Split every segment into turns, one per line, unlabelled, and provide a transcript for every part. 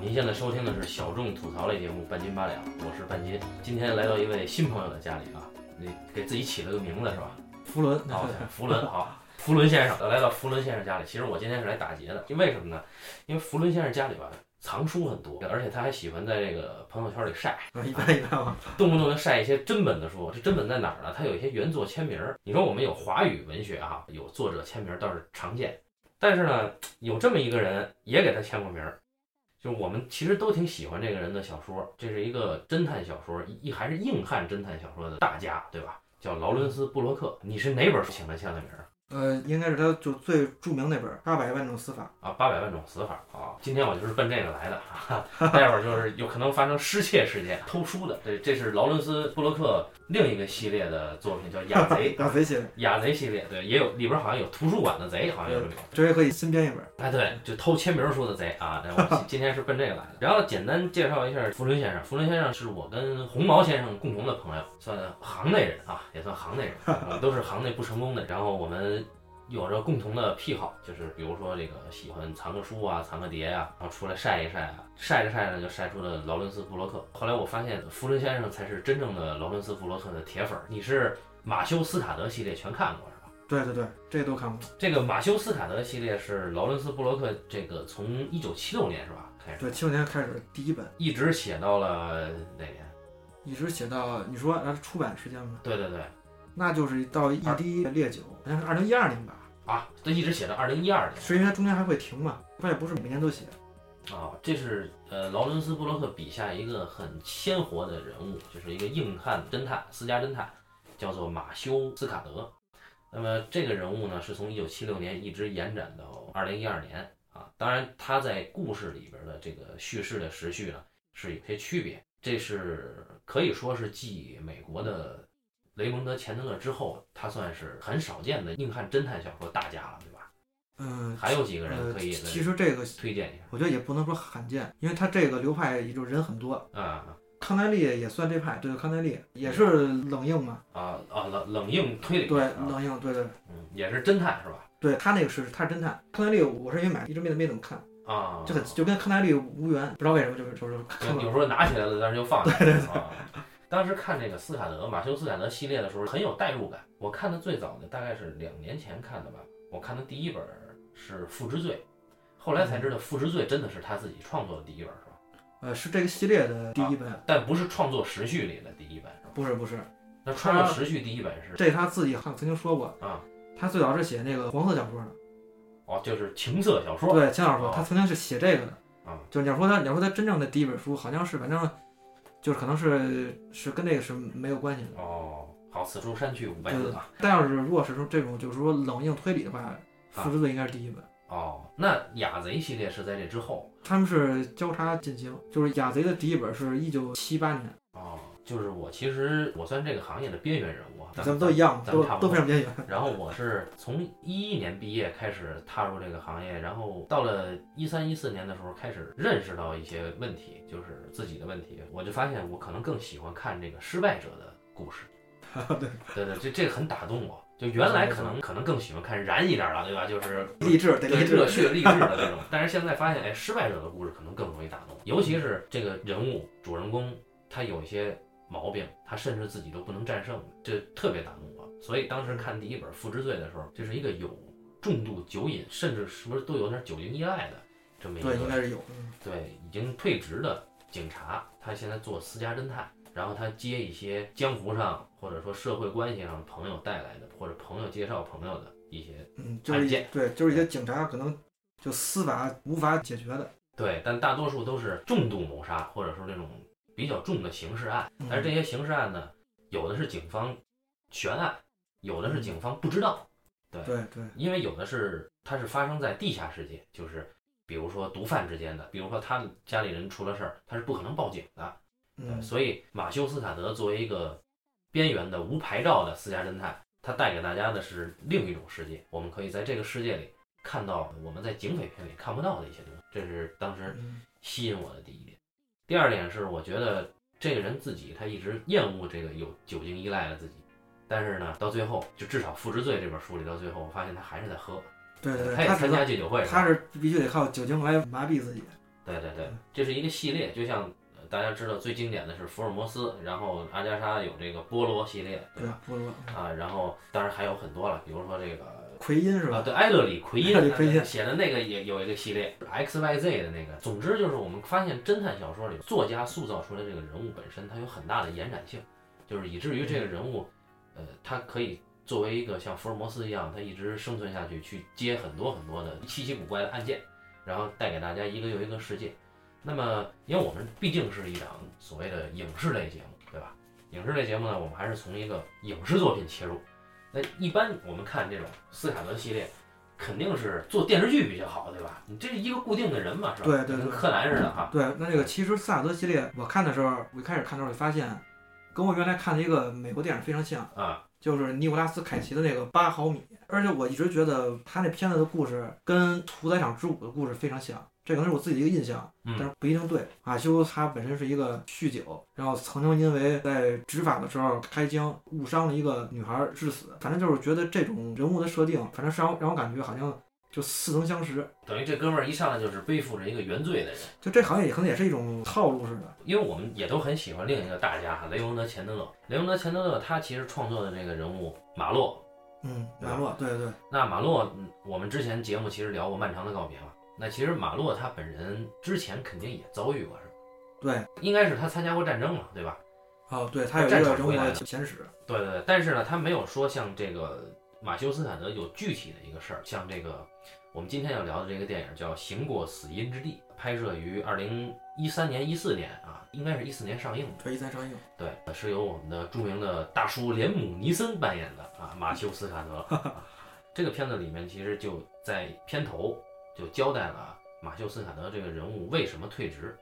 您现在收听的是小众吐槽类节目《半斤八两》，我是半斤。今天来到一位新朋友的家里啊，你给自己起了个名字是吧？
福伦，
好，福伦好，福伦先生来到福伦先生家里。其实我今天是来打劫的，因为什么呢？因为福伦先生家里吧藏书很多，而且他还喜欢在这个朋友圈里晒，
一般一般啊吧。
动不动就晒一些真本的书。这真本在哪儿呢？它有一些原作签名儿。你说我们有华语文学啊，有作者签名儿倒是常见，但是呢，有这么一个人也给他签过名儿。就是我们其实都挺喜欢这个人的小说，这是一个侦探小说，一还是硬汉侦探小说的大家，对吧？叫劳伦斯·布洛克。你是哪本书请他签的名儿
呃，应该是他就最著名那本《八百万种死法，
啊？八百万种死法啊！今天我就是奔这个来的，哈哈待会儿就是有可能发生失窃事件，偷书的。这这是劳伦斯·布洛克另一个系列的作品，叫《雅》贼》
大贼写的，
雅贼系列，对，也有里边好像有图书馆的贼，好像有这么一个。
这回可以新编一本。
哎，对，就偷签名书的贼啊！那我今今天是奔这个来的。然后简单介绍一下福伦先生，福伦先生是我跟红毛先生共同的朋友，算行内人啊，也算行内人，我们都是行内不成功的。然后我们有着共同的癖好，就是比如说这个喜欢藏个书啊，藏个碟啊，然后出来晒一晒啊，晒着晒着就晒出了劳伦斯·布洛克。后来我发现福伦先生才是真正的劳伦斯·布洛克的铁粉儿。你是马修·斯塔德系列全看过是吧？
对对对，这都看过。
这个马修斯卡德系列是劳伦斯布洛克，这个从一九七六年是吧开始，
对，七五年开始第一本，
一直写到了哪年？
一直写到你说然后出版时间吗？
对对对，
那就是到一滴烈酒，好像是二零一二年吧。
啊，这一直写到二零一二年
是因为它中间还会停嘛，它也不是每年都写。
啊、这是呃劳伦斯布洛克笔下一个很鲜活的人物，就是一个硬汉侦探、私家侦探，叫做马修斯卡德。那么这个人物呢，是从一九七六年一直延展到二零一二年啊。当然，他在故事里边的这个叙事的时序呢，是有些区别。这是可以说是继美国的雷蒙德·钱德勒之后，他算是很少见的硬汉侦探小说大家了，对吧？
嗯，
还有几个人
呃，
可以
其实这个
推荐一下
我觉得也不能说罕见，因为它这个流派也就人很多。
啊。
康奈利也算这派，对，康奈利也是冷硬嘛，
啊啊，冷冷硬推理，
对，
啊、
冷硬，对对。
嗯，也是侦探是吧？
对他那个是他是侦探，康奈利我是因为买一直没没怎么看，
啊，
就很就跟康奈利无缘，不知道为什么就是就是看
有
了
时候拿起来了，但是又放下了。啊当时看这个斯卡德马修斯卡德系列的时候很有代入感。我看的最早的大概是两年前看的吧，我看的第一本是《父之罪》，后来才知道《父之罪》真的是他自己创作的第一本是吧？
呃是这个系列的第一本，
但不是创作时序里的第一本是吧？
不是不是，
那创作时序第一本是
这他自己好像曾经说过
啊，
他最早是写那个黄色小说的，
哦，就是情色小说
对轻小说，
哦
他曾经是写这个的
啊，
就是你要说他你要说他真正的第一本书好像是反正就是可能是是跟这个是没有关系的，
哦。好，此处删去五百字啊。
但要是如果是说这种就是说冷硬推理的话，《复制罪》应该是第一本。
哦，那雅贼系列是在这之后
他们是交叉进行，就是雅贼的第一本是一九七八年，
哦，就是我其实我算这个行业的边缘人物啊，
咱们都一样，
咱
都
们差不
都非
多。
常边缘。
然后我是从一一年毕业开始踏入这个行业，然后到了一三一四年的时候开始认识到一些问题，就是自己的问题，我就发现我可能更喜欢看这个失败者的故事。
对，
对对，这这个很打动我。就原来可
没
能可能更喜欢看燃一点了，对吧？就是
励志得
对
励
热
志，
血励志的那种。但是现在发现，哎，失败者的故事可能更容易打动，尤其是这个人物主人公他有一些毛病，他甚至自己都不能战胜，这特别打动我。所以
嗯
当时看第一本《复之罪》的时候，这是一个有重度酒瘾，甚至是不是都有点酒精依赖的这么一个
对，应该是有。嗯
对，已经退职的警察，他现在做私家侦探，然后他接一些江湖上或者说社会关系上朋友带来的，或者朋友介绍朋友的一些
嗯，就是
案
一
件
对，就是一些警察可能就司法无法解决的。
对，但大多数都是重度谋杀，或者说这种比较重的刑事案。但是这
嗯
些刑事案呢，有的是警方悬案，有的是警方不知道，
对对，
因为有的是它是发生在地下世界，就是比如说毒贩之间的，比如说他家里人出了事儿，他是不可能报警的。对，
嗯，
呃所以马修斯卡德作为一个边缘的无牌照的私家侦探，他带给大家的是另一种世界，我们可以在这个世界里看到我们在警匪片里看不到的一些东西。这是当时
嗯
吸引我的第一点。第二点是，我觉得这个人自己他一直厌恶这个有酒精依赖的自己，但是呢，到最后就至少《复之罪》这本书里，到最后我发现他还是在喝，
对
他
对对，
也
呃他
参
只
加
能
戒酒会，
他是必须得靠酒精来麻痹自己。
对对对，这是一个系列，就像呃大家知道最经典的是福尔摩斯，然后阿加莎有这个波罗系列，对
对
吧？
吧？菠萝，
啊，然后当然还有很多了，比如说这个
嗯奎因是
啊，
吧？
对，埃勒里奎因，
埃勒里奎因
他写的那个也有一个系列，X Y Z 的那个。总之就是我们发现侦探小说里作家塑造出来这个人物本身，它有很大的延展性，就是以至于这个人物，呃，他可以作为一个像福尔摩斯一样，他一直生存下去，去接很多很多的稀奇古怪的案件，然后带给大家一个又一个世界。那么，因为我们毕竟是一档所谓的影视类节目，对吧？影视类节目呢，我们还是从一个影视作品切入。那一般我们看这种斯卡德系列，肯定是做电视剧比较好，对吧？你这是一个固定的人嘛，是吧？
对对对
跟柯南似的哈。
对，那这个其实萨德系列，我看的时候，我一开始看的时候就发现，跟我原来看的一个美国电影非常像，
啊，
就是尼古拉斯凯奇的那个《八毫米》，而且我一直觉得他那片子的故事跟《屠宰场之舞》的故事非常像，这可能是我自己的一个印象，
嗯
但是不一定对。马修他本身是一个酗酒，然后曾经因为在执法的时候开枪误伤了一个女孩致死，反正就是觉得这种人物的设定，反正是让我让我感觉好像就似曾相识，
等于这哥们儿一上来就是背负着一个原罪的人。
就这行业也可能也是一种套路似的。
因为我们也都很喜欢另一个大家哈，雷蒙德·钱德勒。雷蒙德·钱德勒他其实创作的这个人物马洛，
嗯，马
啊
洛，对对
那马洛，嗯我们之前节目其实聊过《漫长的告别》嘛。那其实马洛他本人之前肯定也遭遇过，是吧？
对，
应该是他参加过战争嘛，对吧？
哦，对他有一
战
个
场
人
回来
物
了
前史，
对对对，但是呢，他没有说像这个马修斯坦德有具体的一个事儿，像这个我们今天要聊的这个电影叫《行过死荫之地》，拍摄于二零一三年、一四年啊，应该是一四年上映的。
对一三上映，
对，是由我们的著名的大叔连姆尼森扮演的啊，马修斯卡德。 啊这个片子里面其实就在片头就交代了啊马修斯卡德这个人物为什么退职，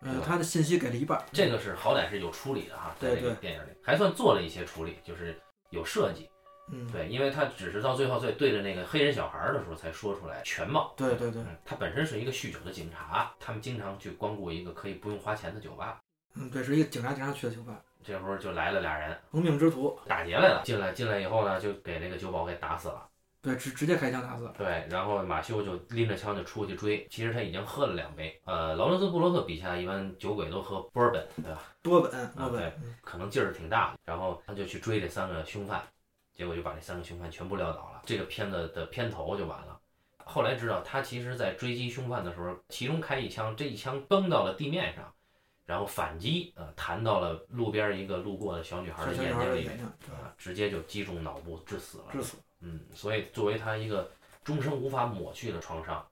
呃
对，吧
他的信息给了一半儿，
这个是好歹是有处理的哈，在
对
这个
对
电影里还算做了一些处理，就是有设计。
嗯，
对，因为他只是到最后在对着那个黑人小孩儿的时候才说出来全貌。
对对对
嗯，他本身是一个酗酒的警察，他们经常去光顾一个可以不用花钱的酒吧。
嗯，对，是一个警察警察去的酒吧，
这时候就来了俩人，
亡命之徒，
打劫来了。进来进来以后呢，就给这个酒保给打死了。
对，直直接开枪打死，
对，然后马修就拎着枪就出去追。其实他已经喝了两杯。呃，劳伦斯布洛克笔下一般酒鬼都喝波尔本，对吧？
多本多
啊对
本，嗯
可能劲儿挺大的，然后他就去追这三个凶犯，结果就把这三个凶犯全部撂倒了。这个片子的片头就完了。后来知道他其实在追击凶犯的时候，其中开一枪，这一枪崩到了地面上，然后反击，呃，弹到了路边一个路过的小女孩
小
的
小
眼
女孩
睛
的
里
眼
面，
睛，对
啊，直接就击中脑部致死了。
致死，
嗯，所以作为他一个终生无法抹去的创伤，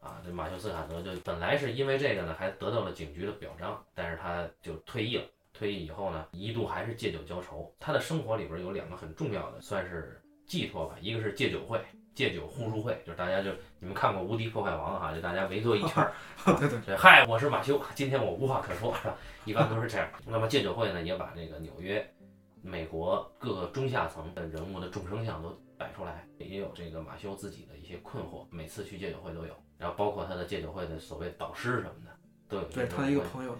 啊，这马修斯卡德就本来是因为这个呢，还得到了警局的表彰，但是他就退役了。退役以后呢，一度还是借酒浇愁。他的生活里边有两个很重要的，算是寄托吧，一个是戒酒会。戒酒互助会就是大家就你们看过《无敌破坏王》哈，就大家围坐一圈儿，
对对，
对，嗨，我是马修，今天我无话可说， 是吧？一般都是这样。那么戒酒会呢，也把这个纽约、美国各个中下层的人物的众生相都摆出来，也有这个马修自己的一些困惑，每次去戒酒会都有。然后包括他的戒酒会的所谓导师什么的，都有这
对
种
他的一个
关系
朋友，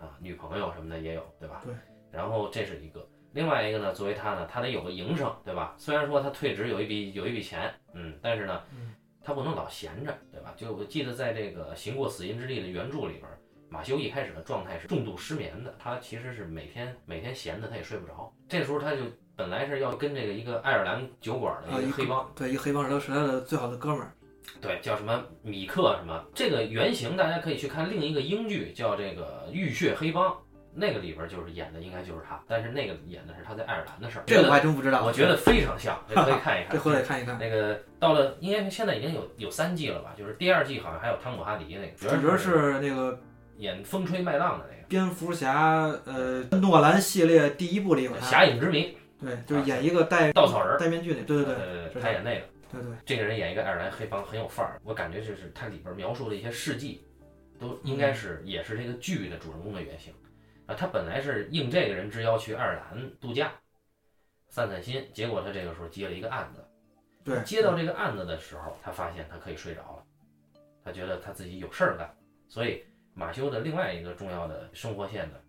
啊，女朋友什么的也有，对吧？
对。
然后这是一个，另外一个呢，作为他呢，他得有个营生，对吧？虽然说他退职有一笔有一笔钱，嗯，但是呢，
嗯
他不能老闲着，对吧？就我记得在这个《行过死荫之地》的原著里边，马修一开始的状态是重度失眠的，他其实是每天每天闲的他也睡不着，这时候他就本来是要跟这个一个爱尔兰酒馆
啊，
的嗯一
一
个黑帮，
个对一个黑帮是他时代的最好的哥们儿，
对，叫什么米克什么，这个原型大家可以去看另一个英剧，叫这个《浴血黑帮》，那个里边就是演的应该就是他，但是那个演的是他在爱尔兰的事儿，
这个我
我
还真不知道，
我觉得非常像，这可以看一看。
这回来看一看，
那个到了，应该是现在已经有有三季了吧，就是第二季好像还有汤姆哈迪那个，
主角是那个
演《风吹麦浪》的那
蝙蝠侠，呃，诺兰系列第一部里有
个《
他，
侠影之谜
对，就是演一个戴》
稻草人儿，啊
戴面具那，对对对
对
是
对，
他
他演那个。
对对，
这个人演一个爱尔兰黑帮很有范儿，我感觉就是他里边描述的一些事迹，都应该是也是这个剧的主人公的原型。啊，他本来是应这个人之邀去爱尔兰度假，散散心，结果他这个时候接了一个案子，
对，嗯
接到这个案子的时候，他发现他可以睡着了，他觉得他自己有事儿干，所以马修的另外一个重要的生活线的，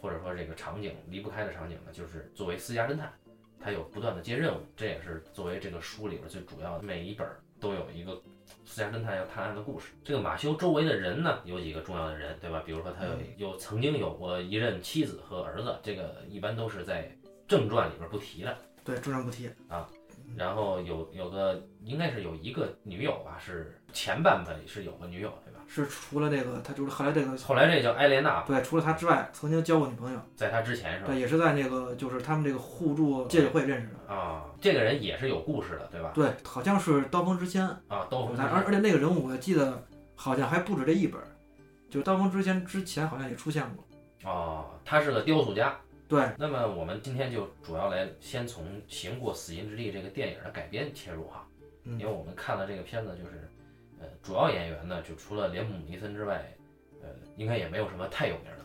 或者说这个场景离不开的场景呢，就是作为私家侦探，他有不断的接任务，这也是作为这个书里边最主要的，每一本儿都有一个私家侦探要探案的故事。这个马修周围的人呢，有几个重要的人，对吧？比如说他有
嗯
有曾经有过一任妻子和儿子，这个一般都是在正传里边不提的。
对，重点不提。
然后有有个应该是有一个女友吧，是前半本是有个女友对吧？
是除了这个，他就是后来这个，
后来这叫埃莲娜，
对，除了他之外，曾经交过女朋友，
在她之前是吧？
对，也是在那个就是他们这个互助戒酒会认识的。
啊，这个人也是有故事的，对吧？
对，好像是刀锋之先，
啊，刀锋之
但而而且那个人物我记得好像还不止这一本儿，就是刀锋之先之前好像也出现过。
哦，他是个雕塑家。
对，
那么我们今天就主要来先从《行过死荫之地》这个电影的改编切入哈，
嗯
因为我们看了这个片子，就是呃，主要演员呢，就除了连姆尼森之外，呃，应该也没有什么太有名的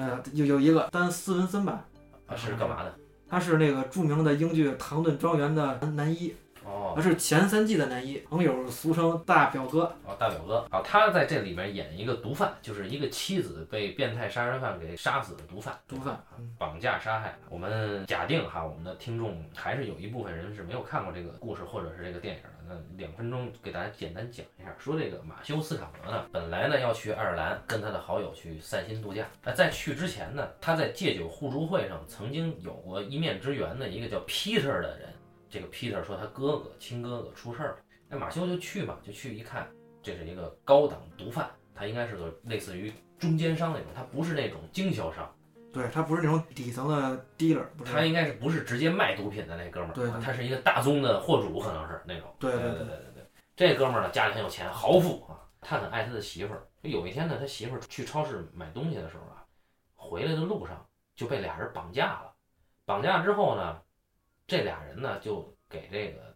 了吧？
呃，有有一个丹斯文森吧，
啊，是干嘛的？
他是那个著名的英剧《唐顿庄园》的男一，他
哦
是前三季的男一，网友俗称大表哥。
哦，大表哥啊，他在这里面演一个毒贩，就是一个妻子被变态杀人犯给杀死的毒贩，
毒贩嗯
绑架杀害。我们假定哈，我们的听众还是有一部分人是没有看过这个故事或者是这个电影的。那两分钟给大家简单讲一下，说这个马修·斯卡罗呢，本来呢要去爱尔兰跟他的好友去散心度假。那在去之前呢，他在戒酒互助会上曾经有过一面之缘的一个叫 Peter 的人。这个 Peter 说他哥哥亲哥哥出事儿了，那马修就去嘛，就去一看，这是一个高档毒贩，他应该是个类似于中间商那种，他不是那种经销商。
对他不是那种底层的 dealer，不是
他应该是不是直接卖毒品的那哥们儿，
对对
他是一个大宗的货主，可能是那种。
对
对
对对
对对，这哥们儿呢家里很有钱，豪富啊。他很爱他的媳妇儿。有一天呢，他媳妇儿去超市买东西的时候啊，回来的路上就被俩人绑架了。绑架之后呢，这俩人呢就给这个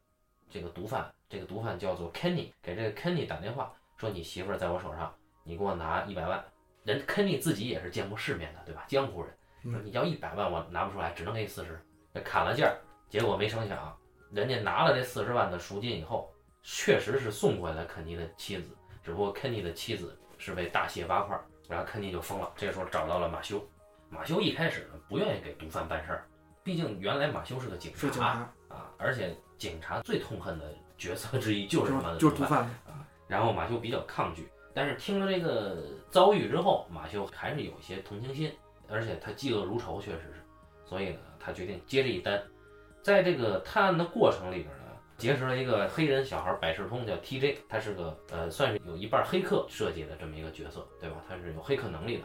这个毒贩，这个毒贩叫做 Kenny，给这个 Kenny 打电话说：“你媳妇儿在我手上，你给我拿一百万。”人 Kenny 自己也是见过世面的，对吧？江湖人。说
嗯
你要一百万，我拿不出来，只能给你四十。这砍了价儿，结果没成想，人家拿了这四十万的赎金以后，确实是送回来肯尼的妻子，只不过肯尼的妻子是被大卸八块儿，然后肯尼就疯了。这时候找到了马修，马修一开始呢不愿意给毒贩办事儿，毕竟原来马修是个警
是警
察
察，
啊，而且警察最痛恨的角色之一就
就是
他妈
是
的
就
毒
是毒
贩。
贩。
然后马修比较抗拒，但是听了这个遭遇之后，马修还是有一些同情心，而且他嫉恶如仇，确实是，所以呢，他决定接这一单。在这个探案的过程里边呢，结识了一个黑人小孩百事通，叫 TJ，他是个呃，算是有一半黑客设计的这么一个角色，对吧？他是有黑客能力的。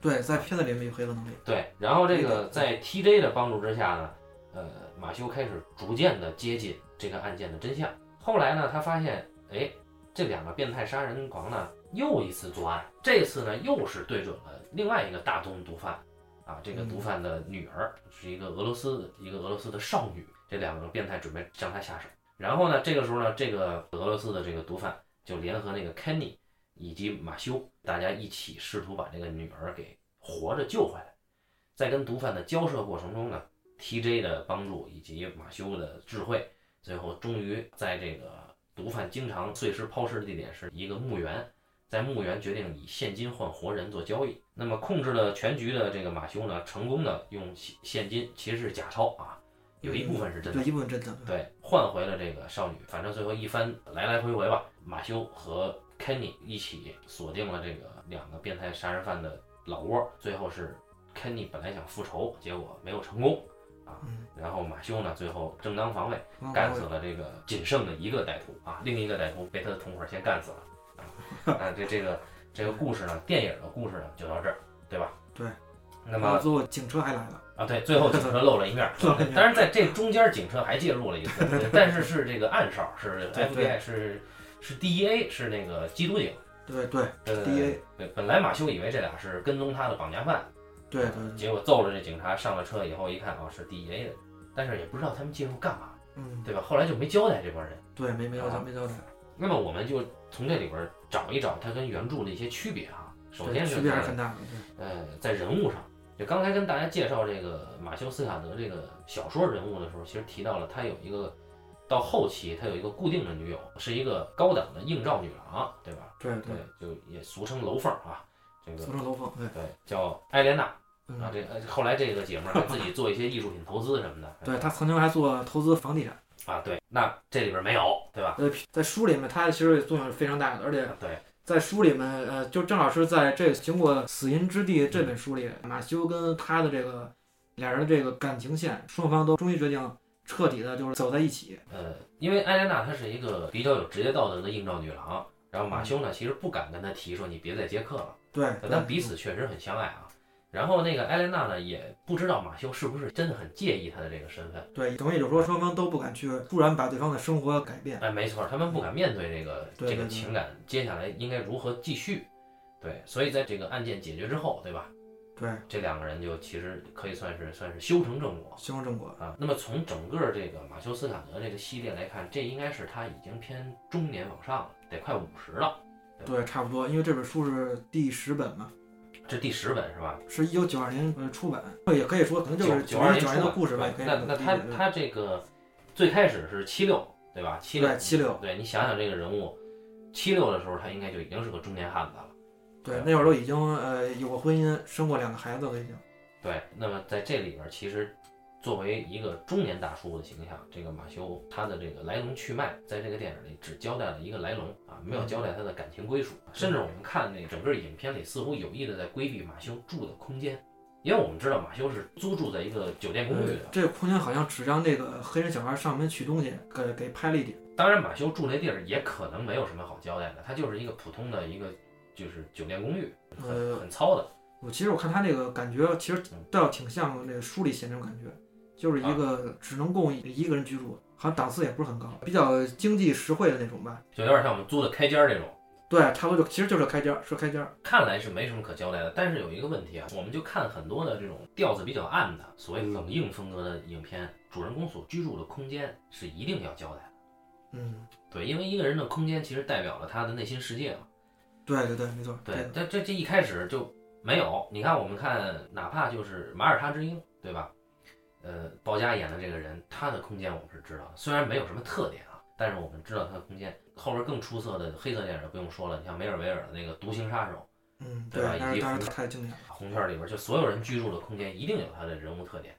对，在片子里面有黑客能力。
对，然后这
对
个
的
在 TJ 的帮助之下呢，呃，马修开始逐渐的接近这个案件的真相。后来呢，他发现，哎，这两个变态杀人狂呢又一次作案，这次呢又是对准了另外一个大宗毒贩，啊，这个
嗯
毒贩的女儿是一个俄罗斯的一个俄罗斯的少女，这两个变态准备向她下手。然后呢，这个时候呢，这个俄罗斯的这个毒贩就联合那个 Kenny 以及马修，大家一起试图把这个女儿给活着救回来。在跟毒贩的交涉过程中呢，TJ 的帮助以及马修的智慧，最后终于在这个毒贩经常碎尸抛尸的地点是一个墓园，在墓园决定以现金换活人做交易。那么控制了全局的这个马修呢，成功的用现现金其实是假钞啊，有一部分是真的
对，，一部分真的。
对，换回了这个少女。反正最后一番来来回回吧，马修和 Kenny 一起锁定了这个两个变态杀人犯的老窝。最后是 Kenny 本来想复仇，结果没有成功啊。
嗯
然后马修呢，最后正当防卫
然后
干死了这个仅剩的一个歹徒啊，另一个歹徒被他的同伙先干死了啊。啊，这这个这个故事呢，电影的故事呢就到这儿，对吧？
对。嗯
那
然后
么
最后警车还来 了，
啊，对，最后警车露了一 面儿，
露了一面儿
当然在这中间警车还介入了一次，但是是这个暗哨，是
对
FBI，是是 DEA，是那个缉毒警。
对对
呃
DEA
对，本来马修以为这俩是跟踪他的绑架犯，啊
对对，对
结果揍了这警察，上了车以后一看啊是 DEA 的，但是也不知道他们介入干嘛，
嗯，
对吧？后来就没交代这帮人。
对，没没交代，
啊
没交代。
那么我们就从这里边找一找它跟原著的一些区别啊。首
对，
先
区
是
别还
在
是很大的。对，
呃，在人物上，就刚才跟大家介绍这个马修·斯卡德这个小说人物的时候，其实提到了他有一个到后期他有一个固定的女友，是一个高档的应召女郎，对吧？
对对，，
就也俗称楼凤啊，这个
俗称楼凤，对，
对叫埃莲娜啊，
嗯，
这呃后来这个姐们儿还自己做一些艺术品投资什么的，
对他曾经还做投资房地产，
啊，对，那这里边没有，对吧？
呃，在书里面它其实作用是非常大的，而且
啊对，
在书里面，呃，就正好是在这《经过死因之地》这本书里，马修跟他的这个俩人的这个感情线，双方都终于决定彻底的就是走在一起。
呃，因为艾莲娜她是一个比较有职业道德的映照女郎，然后马修呢其实不敢跟她提说你别再接客了，
对，
但彼此确实很相爱啊。然后那个艾莲娜呢也不知道马修是不是真的很介意她的这个身份，
对，等于也就是说，双方都不敢去突然把对方的生活改变。
哎，没错，他们不敢面对这个
嗯对
这个
对对
情感，接下来应该如何继续？对，所以在这个案件解决之后，对吧？
对，
这两个人就其实可以算是算是修成正果
修成正果。
啊。那么从整个这个马修斯卡德这个系列来看，这应该是他已经偏中年往上了，得快五十了。
对，差不多，因为这本书是第十本嘛，
这第十本是吧？
是一九九二年呃出版，也可以说可能嗯就是
九
二
二
九
年出
年的
版
故事吧，也可
对
以
那
这么
那
理
他他这
解嗯对
个最开始是七六对吧？七六
对七六，
对你想想这个人物，七六的时候他应该就已经是个中年汉子了。
对那会儿都已经呃有过婚姻，生过两个孩子了已经。
对，那么在这里边儿，其实作为一个中年大叔的形象，这个马修他的这个来龙去脉，在这个电影里只交代了一个来龙啊，没
嗯
有交代他的感情归属。甚至我们看那个整个影片里，似乎有意的在规避马修住的空间，因为我们知道马修是租住在一个酒店公寓的。
这个空间好像只让那个黑人小孩上门取东西给给拍了一点。
当然，马修住那地儿也可能没有什么好交代的，他就是一个普通的一个就是酒店公寓，很
呃
很糙的。
我其实我看他那个感觉，其实
嗯啊
倒挺像那个书里写那种感觉，就是一个只能供一个人居住，好像档次也不是很高，比较经济实惠的那种吧。
就有点像我们租的开间儿这种。
对，差不多就其实就是开间儿，是开间儿。
看来是没什么可交代的，但是有一个问题啊，我们就看很多的这种调子比较暗的，所谓冷硬风格的影片，主人公所居住的空间是一定要交代的。
嗯，
对，因为一个人的空间其实代表了他的内心世界嘛。
对对对，没错。
对
的，
但这这一开始就没有。你看，我们看，哪怕就是《马耳他之鹰》，对吧？呃，鲍嘉演的这个人，他的空间我们是知道的，虽然没有什么特点啊，但是我们知道他的空间。后边更出色的黑色电影不用说了，你像梅尔维尔的那个《独行杀手》。
嗯，
对
对
吧，
但
以及
是但
服
是太经典了。
红圈里边，就所有人居住的空间一定有他的人物特点。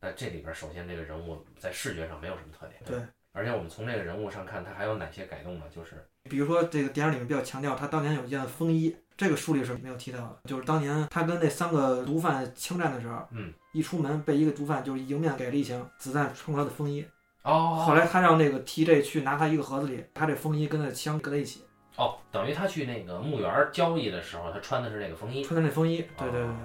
那这里边，首先这个人物在视觉上没有什么特点，
对。
而且我们从这个人物上看，他还有哪些改动呢？就是
比如说这个电影里面比较强调他当年有一件风衣，这个书里是没有提到的，就是当年他跟那三个毒贩枪战的时候，
嗯，
一出门被一个毒贩就是迎面给了一枪，子弹穿过他的风衣。
哦
后来他让那个 TJ 去拿他一个盒子里，他这风衣跟那枪跟在一起，
哦，等于他去那个墓园交易的时候，他穿的是那个风衣。
穿的那风衣，对对对
哦，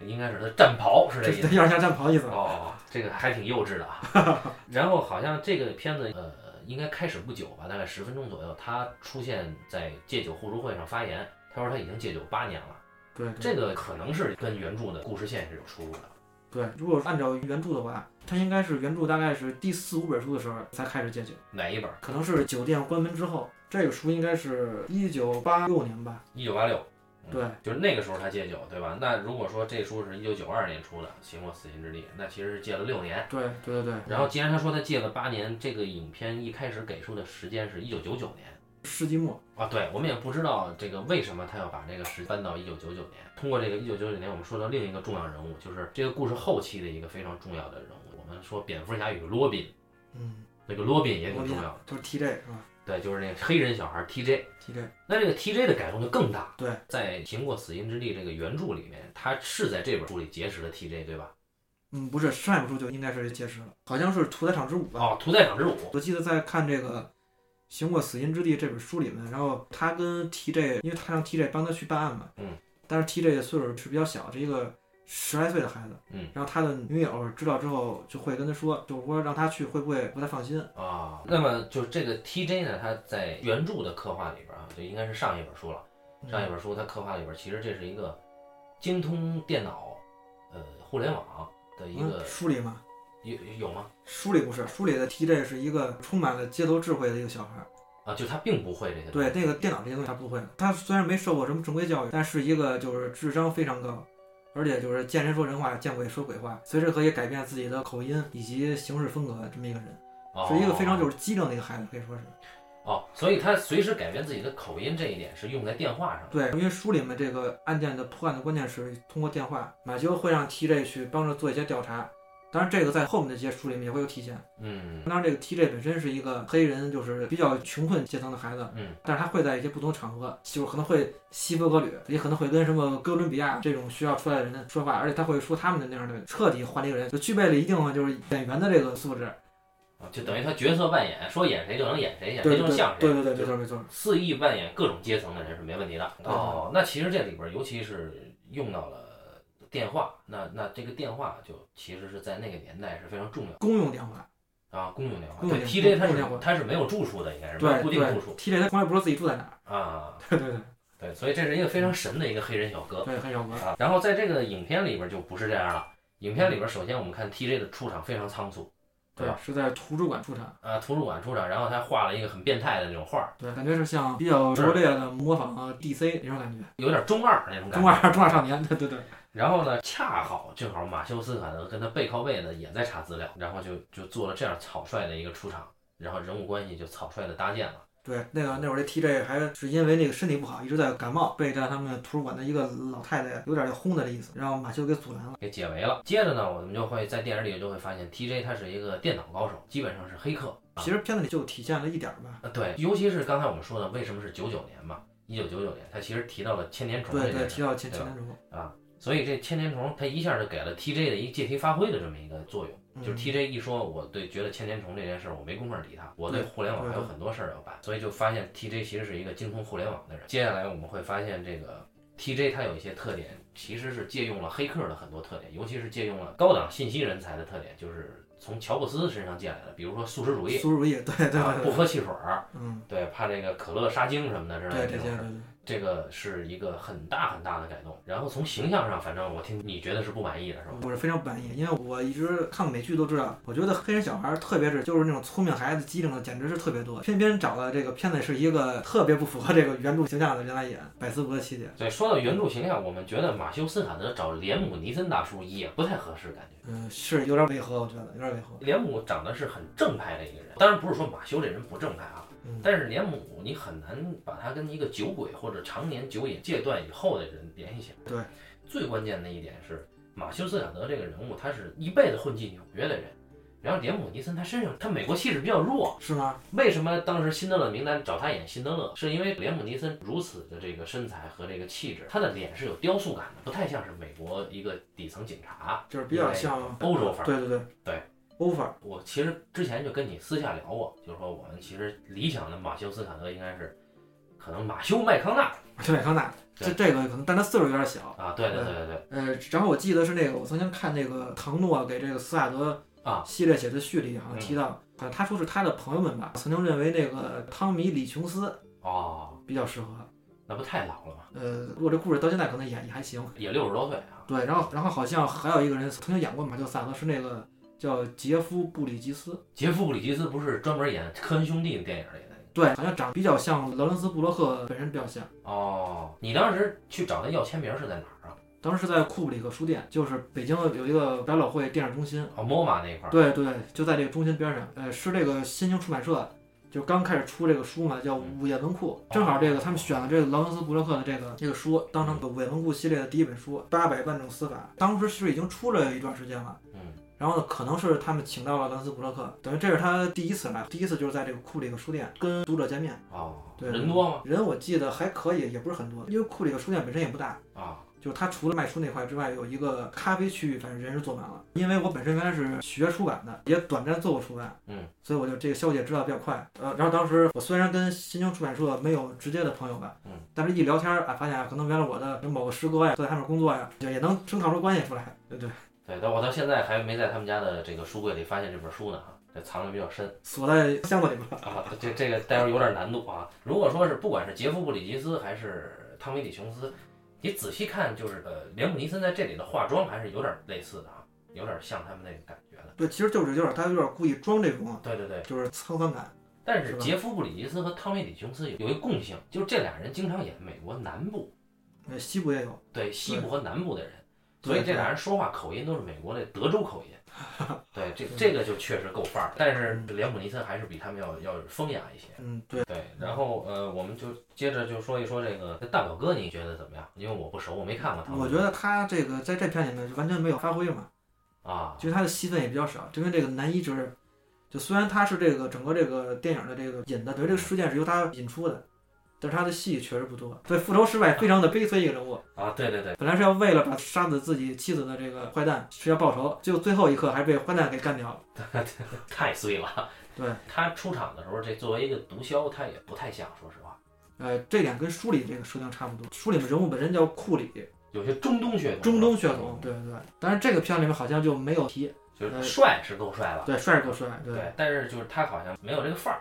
应该是他战袍是这
对，
意
这
思
这。有点像战袍意思。
哦，这个还挺幼稚的啊。 然后好像这个片子呃，应该开始不久吧，大概十分钟左右，他出现在戒酒互助会上发言，他说他已经戒酒八年了。
对对
这个可能是跟原著的故事线是有出入的。
对，如果按照原著的话，他应该是原著大概是第四五本书的时候才开始戒酒，
哪一本？
可能是酒店关门之后。这个书应该是一九八六年吧？
一九八六。嗯
对，
就是那个时候他戒酒，对吧？那如果说这书是一九九二年出的《行过死心之地》，那其实是戒了六年。
对对对对。
然后既然他说他戒了八年，这个影片一开始给出的时间是一九九九年。
世纪末，
啊，对，我们也不知道这个为什么他要把这个时搬到一九九九年。通过这个一九九九年，我们说到另一个重要人物，就是这个故事后期的一个非常重要的人物。我们说蝙蝠侠与罗宾，
嗯，
那个罗宾也
我
挺
明
重要
白
的，
就是 TJ 是吧
对，就是那个黑人小孩 TJ。
？TJ
那这个 TJ 的改动就更大。
对，
在《行过死因之地》这个原著里面，他是在这本书里结识的 TJ，对吧？
嗯，不是上一本书就应该是结识了，好像是屠宰场之舞吧？
哦，屠宰场之舞。
我记得在看这个《行过死因之地》这本书里面，然后他跟 TJ，因为他让 TJ 帮他去办案嘛，
嗯，
但是 TJ 的岁数是比较小，是一个十来岁的孩子，
嗯，
然后他的女友知道之后就会跟他说，就是说让他去会不会不太放心，
啊、那么就这个 TJ 呢，他在原著的刻画里边啊，就应该是上一本书了。
嗯
上一本书他刻画里边，其实这是一个精通电脑、呃互联网的一个
嗯、书里嘛，
有有吗？
书里不是，书里的 TJ 是一个充满了街头智慧的一个小孩儿，
啊，就他并不会这些东西。
对那个电脑这些东西他不会，他虽然没受过什么正规教育，但是一个就是智商非常高。而且就是见人说人话，见鬼说鬼话，随时可以改变自己的口音以及行事风格的这么一个人。
哦，
是一个非常就是机灵的一个孩子，可以说是。
哦，所以他随时改变自己的口音这一点是用在电话上的。
对，因为书里面这个案件的破案的关键是通过电话，马修会让 TJ 去帮着做一些调查，当然，这个在后面的一些书里面也会有体现。
嗯
当然，这个 TJ 本身是一个黑人，就是比较穷困阶层的孩子，
嗯
但是他会在一些不同场合，就是可能会西部歌旅，也可能会跟什么哥伦比亚这种学校出来的人说话，而且他会说他们的那样的，彻底换一个人，就具备了一定的就是演员的这个素质。
啊就等于他角色扮演，说演谁就能演谁，演
对
谁
对
就
对
像谁，
对对对，没
就
错没错，
肆意扮演各种阶层的人是没问题的。
对
哦，那其实这里边儿尤其是用到了电话，那那这个电话就其实是在那个年代是非常重要
公用电话。
的啊，公用电话。
公用
对
电
TJ
话
它
公用电话
是它是没有住处的，应该是没
对
有固定
对
住处
，TJ 他从来不知道自己住在哪儿。
啊。
对对对
对，所以这是一个非常神的一个黑人小哥。
对，很小哥。
啊。然后在这个影片里边就不是这样了。影片里边，首先我们看 TJ 的出场非常仓促，对
对，是在图书馆出场。
啊，图书馆出场，然后他画了一个很变态的那种画儿，
对，感觉是像比较拙劣的模仿啊 DC 那种感觉，
有点中二那种感觉。
中二中二少年。对对对，
然后呢，恰好正好马修斯卡德跟他背靠背的也在查资料，然后就就做了这样草率的一个出场，然后人物关系就草率的搭建了。
对，那个那会儿这 TJ 还是因为那个身体不好，一直在感冒，被在他们图书馆的一个老太太有点轰的这意思，然后马修给阻拦了。
给解围了。接着呢，我们就会在电影里就会发现，TJ 他是一个电脑高手，基本上是黑客。啊
其实片子里就体现了一点儿吧，
啊，对，尤其是刚才我们说的，为什么是九九年嘛？一九九九年，他其实提到了千年虫啊这
对对，
件
提
事，
到前
对
前
吧
年中，
所以这千年虫他一下就给了 TJ 的一个借题发挥的这么一个作用。
嗯
就是 TJ 一说，我对觉得千年虫这件事儿我没工夫理他，我对
对
互联网
对
还有
对
很多事儿要办，所以就发现 TJ 其实是一个精通互联网的人。接下来我们会发现这个 TJ 它有一些特点，其实是借用了黑客的很多特点，尤其是借用了高档信息人才的特点，就是从乔布斯身上借来的，比如说素食主义，
苏如意，对对
啊不
对，对
喝汽水儿，
嗯，
对，怕这个可乐杀精什么的之类
对
的
这
哎这
些
种
对
事儿
对。对
这个是一个很大很大的改动。然后从形象上，反正我听你觉得是不满意的是吧？
我是非常不满意，因为我一直看美剧都知道，我觉得黑人小孩儿，特别是就是那种聪明孩子、机灵的，简直是特别多。偏偏找了这个片子是一个特别不符合这个原著形象的人来演，百思不得其解。
对，说到原著形象，我们觉得马修·斯卡德找连姆·尼森大叔也不太合适，感觉
嗯，是有点违和，我觉得有点违和。
连姆长得是很正派的一个人。当然不是说马修这人不正派啊，
嗯，
但是连姆你很难把他跟一个酒鬼或者常年酒瘾戒断以后的人联系起来。
对，
最关键的一点是马修·斯卡德这个人物，他是一辈子混迹纽约的人。然后连姆·尼森他身上他美国气质比较弱，
是吗？
为什么当时《辛德勒名单》找他演辛德勒，是因为连姆尼森如此的这个身材和这个气质，他的脸是有雕塑感的，不太像是美国一个底层警察，
就是比较像
欧洲范儿。
对对对
对
欧范儿，
我其实之前就跟你私下聊过，就是说我们其实理想的马修斯卡德应该是，可能马修麦康纳
对康纳，这这个可能，但他岁数有点小。
啊，对对对对对，
呃，然后我记得是那个，我曾经看那个唐诺给这个斯卡德
啊
系列写的序里，好像
嗯
提到，好像他说是他的朋友们吧，曾经认为那个汤米李琼斯
哦，
比较适合。
那不太老了吗？
呃，我这故事到现在可能也也还行。
也六十多岁啊，
对，然后然后好像还有一个人曾经演过马修萨德，是那个叫杰夫布里吉斯。
杰夫布里吉斯不是专门演科恩兄弟电影里的那个
对，好像长得比较像劳伦斯布洛克本人比较像。
哦，你当时去找他要签名是在哪儿啊？
当时是在库布里克书店，就是北京有一个百老汇电影中心，
哦，MoMA 那一块儿，
对对，就在这个中心边上，呃，是这个新兴出版社，就刚开始出这个书嘛，叫《午夜文库》，正好这个他们选了这个劳伦斯布洛克的这个这个书，当成《午夜文库》系列的第一本书，《八百万种死法》，当时是已经出了一段时间了。
嗯。
然后呢，可能是他们请到了劳伦斯布洛克，等于这是他第一次来，第一次就是在这个库里克书店跟读者见面。
哦，
对，
人多吗？？
人我记得还可以，也不是很多，因为库里克书店本身也不大，
啊，
就是它除了卖书那块之外，有一个咖啡区域，反正人是坐满了。因为我本身原来是学出版的，也短暂做过出版，
嗯，
所以我就这个消息也知道比较快。呃，然后当时我虽然跟新京出版社没有直接的朋友吧，
嗯，
但是一聊天儿啊，发现啊可能原来我的某个师哥呀，啊在他们工作呀，也也能生烤出关系出来。对对，
对，但我到现在还没在他们家的这个书柜里发现这本书呢，哈，这藏的比较深
锁在箱子里吧。
啊。这这个待会儿有点难度啊。如果说是不管是杰夫布里吉斯还是汤米李琼斯，你仔细看，就是呃，连姆尼森在这里的化妆还是有点类似的啊，有点像他们那个感觉的。
对，其实就是有点他有点故意装这种
对对对，
就是沧桑感。
但是
是吧
杰夫布里吉斯和汤米李琼斯有有一个共性，就是这俩人经常演美国南部，
呃，西部也有，
对西部和南部的人，
对
所以这
对
俩人说话口音都是美国的德州口音。对，这这个就确实够范儿，但是连姆尼森还是比他们要要风雅一些。
嗯，对，
对，然后呃，我们就接着就说一说这个大表哥，你啊觉得怎么样？因为我不熟，我没看过他们。
我觉得他这个在这片里面就完全没有发挥嘛。
啊，
其实他的戏份也比较少，就跟这个男一就是，就虽然他是这个整个这个电影的这个引的，等于这个事件是由他引出的，但是他的戏确实不多。对，复仇失败非常的悲催一个人物，
啊，对对对，
本来是要为了把杀死自己妻子的这个坏蛋是要报仇，结果最后一刻还被坏蛋给干掉了。
太碎了。
对
他出场的时候，这作为一个毒枭，他也不太像，说实话，
呃，这点跟书里这个设定差不多。书里面人物本身叫库里，
有些中东血统，
中东血统，，对对对。但是这个片里面好像就没有提，
就是帅是够帅了，
对，帅是够帅，对，
对，但是就是他好像没有这个范儿